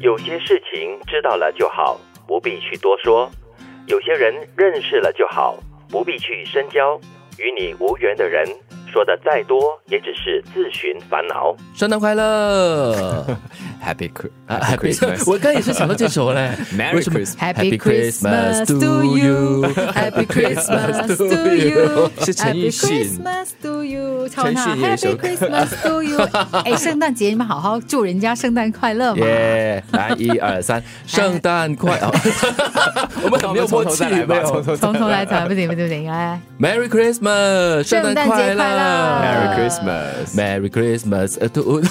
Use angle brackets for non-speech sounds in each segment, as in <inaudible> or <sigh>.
有些事情知道了就好，不必去多说；有些人认识了就好，不必去深交。与你无缘的人，说的再多也只是自寻烦恼。圣诞快 <laughs> 乐 Happy Chri- 啊 Happy Christmas，我刚也是想到这首 <laughs> 嘞 Merry Christmas， Happy Christmas to you, Happy Christmas to you，是陈奕迅 Happy Christmas to you，超陈奕迅有一娜首，Happy 歌 Christmas to you。哎，圣诞节你们好好祝人家圣诞快乐嘛。 <laughs> 耶！来一二三， <laughs> 圣诞快乐！ <laughs> 我们很没有默契，从头再来吧没有从头从头来，从头来不行不行不行，来 Merry Christmas，圣诞快圣诞节快乐乐 Merry Christmas， ，Merry Christmas to to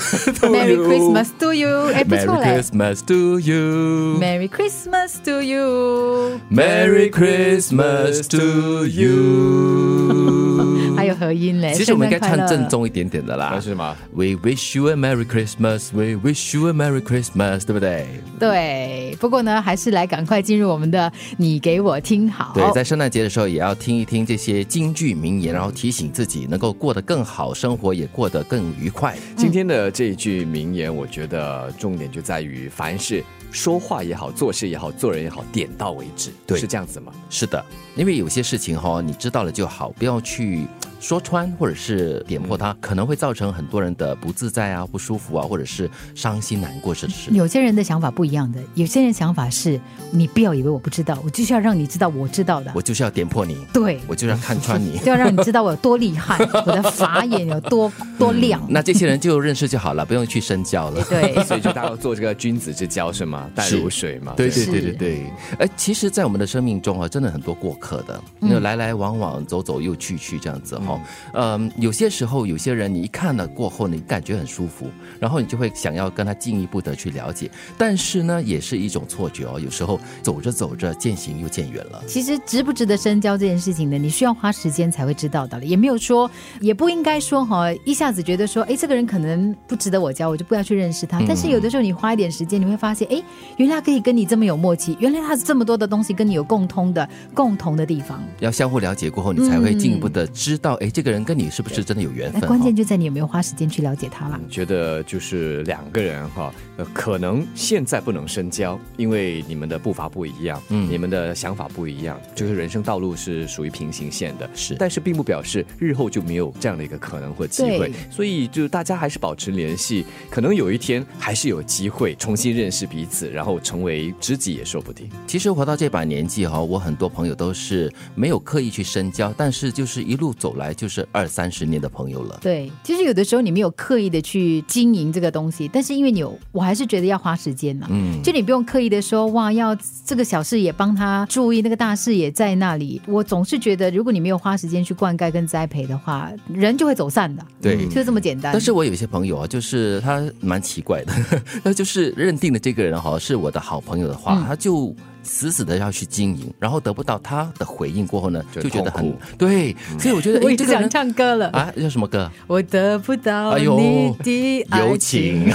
，Merry you Christmas to you，哎，不错 Merry 嘞 Christmas to you。 ，Merry Christmas to you， Merry Christmas to you。还有合音嘞。其实我们应该圣唱诞快乐正宗一点点的啦那。是吗？ We wish you a Merry Christmas. We wish you a Merry Christmas，对不对？对，不过呢，还是来赶快进入我们的你给我听好。对，在圣诞节的时候也要听一听这些京剧名言，然后提醒自己能够过得更好，生活也过得更愉快。今天的这一句名言，我觉得重点就在于，凡是说话也好，做事也好，做人也好，点到为止，对是这样子 <laughs> 吗？是的，因为有些事情哈、你知道了就好，不要去说穿或者是点破嗯它，可能会造成很多人的不自在啊、不舒服啊，或者是伤心难过这是。有些人的想法不一样的，有些人想法是你不要以为我不知道，我就是要让你知道我知道的。我就是要点破你，对，我就是要看穿 <laughs> 你。就要让你知道我有多厉害， <laughs> 我的法眼有多多亮。那这些人就认识就好了，不用去深交了。对，所以就大家要做这个君子之交是吗？淡如水嘛。对对是对对对，哎，其实，在我们的生命中啊，真的很多过客的，嗯那来来往往，走走又去去这样子哈、嗯，有些时候，有些人你一看了过后，你感觉很舒服，然后你就会想要跟他进一步的去了解，但是呢，也是一种错觉哦。有时候走着走着，渐行又渐远了。其实值不值得深交这件事情呢，你需要花时间才会知道的了，也没有说，也不应该说哈，一下子觉得说，哎，这个人可能不值得我交，我就不要去认识他。但是有的时候你花一点时间，你会发现，哎，原来他可以跟你这么有默契，原来他这么多的东西跟你有共通的共同的地方。要相互了解过后，你才会进一步的知道，哎、这个人跟你是不是真的有缘嗯那分、哦？关键就在你有没有花时间去了解他啦。你觉得就是两个人哈，呃，可能现在不能深交，因为你们的步伐不一样，嗯，你们的想法不一样，就是人生道路是属于平行线的，是但是并不表示日后就没有这样的一个可能或机对会，所以就大家还是保持联系，可能有一天还是有机会重新认识彼此，然后成为知己也说不定。其实活到这把年纪哈、我很多朋友都是没有刻意去深交，但是就是一路走来就是二三十年的朋友了。对，其实有的时候你没有刻意的去经营这个东西，但是因为你有，我还是觉得要花时间呐、嗯就你不用刻意的说哇，要这个小事也帮他注意，那个大事也在那里。我总是觉得，如果你没有花时间去灌溉跟栽培的话，人就会走散的，对就这么简单。但是我有一些朋友啊，就是他蛮奇怪的， <laughs> 他就是认定了这个人哈、是我的好朋友的话，嗯他就死死的要去经营，然后得不到他的回应过后呢，就就觉得痛很苦嗯对，所以我觉得我哎，已这经个想人唱歌了，啊，叫什么歌？我得不到哎呦你的 <laughs> 爱友情，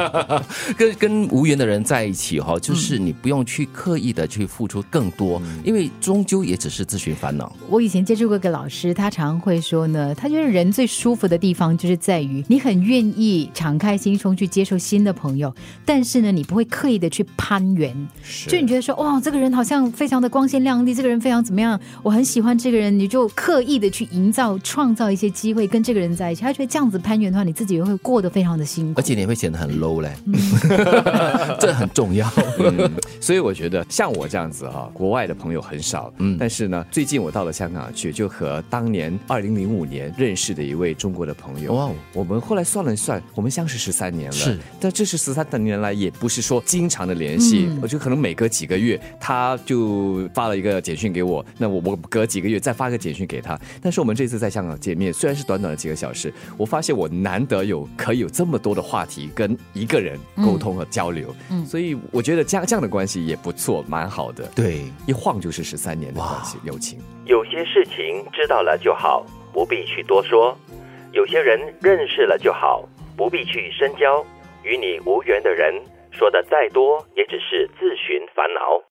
<laughs> 跟跟无缘的人在一起哈、就是你不用去刻意的去付出更多，嗯因为终究也只是自寻烦恼。我以前接触过一个老师，他常会说呢，他觉得人最舒服的地方就是在于你很愿意敞开心胸去接受新的朋友，但是呢，你不会刻意的去攀援，就你觉得说哇，这个人好像非常的光鲜亮丽，这个人非常怎么样，我很喜欢这个人，你就刻意的去营造、创造一些机会跟这个人在一起，他觉得这样子攀援的话，你自己会过得非常的辛苦而。且你会显得很 low 嘞，嗯 <laughs> 这很重 <laughs> 要。嗯，所以我觉得像我这样子哈、国外的朋友很少。嗯，但是呢，最近我到了香港去，就和当年二零零五年认识的一位中国的朋友。哇哦我们后来算了算，我们相识十三年了。是，但这是十三年来也不是说经常的联系，我就可能每隔几个月他就发了一个简讯给我，那我我隔几个月再发个简讯给他。但是我们这次在香港见面，虽然是短短的几个小时，我发现我难得有可以有这么多的话题跟一个人沟通和交流。所以我觉得这样这样的关系也不错，蛮好的。对，一晃就是十三年的关系，友情。有些事情知道了就好，不必去多说；有些人认识了就好，不必去深交。与你无缘的人，说的再多也只是自寻烦恼。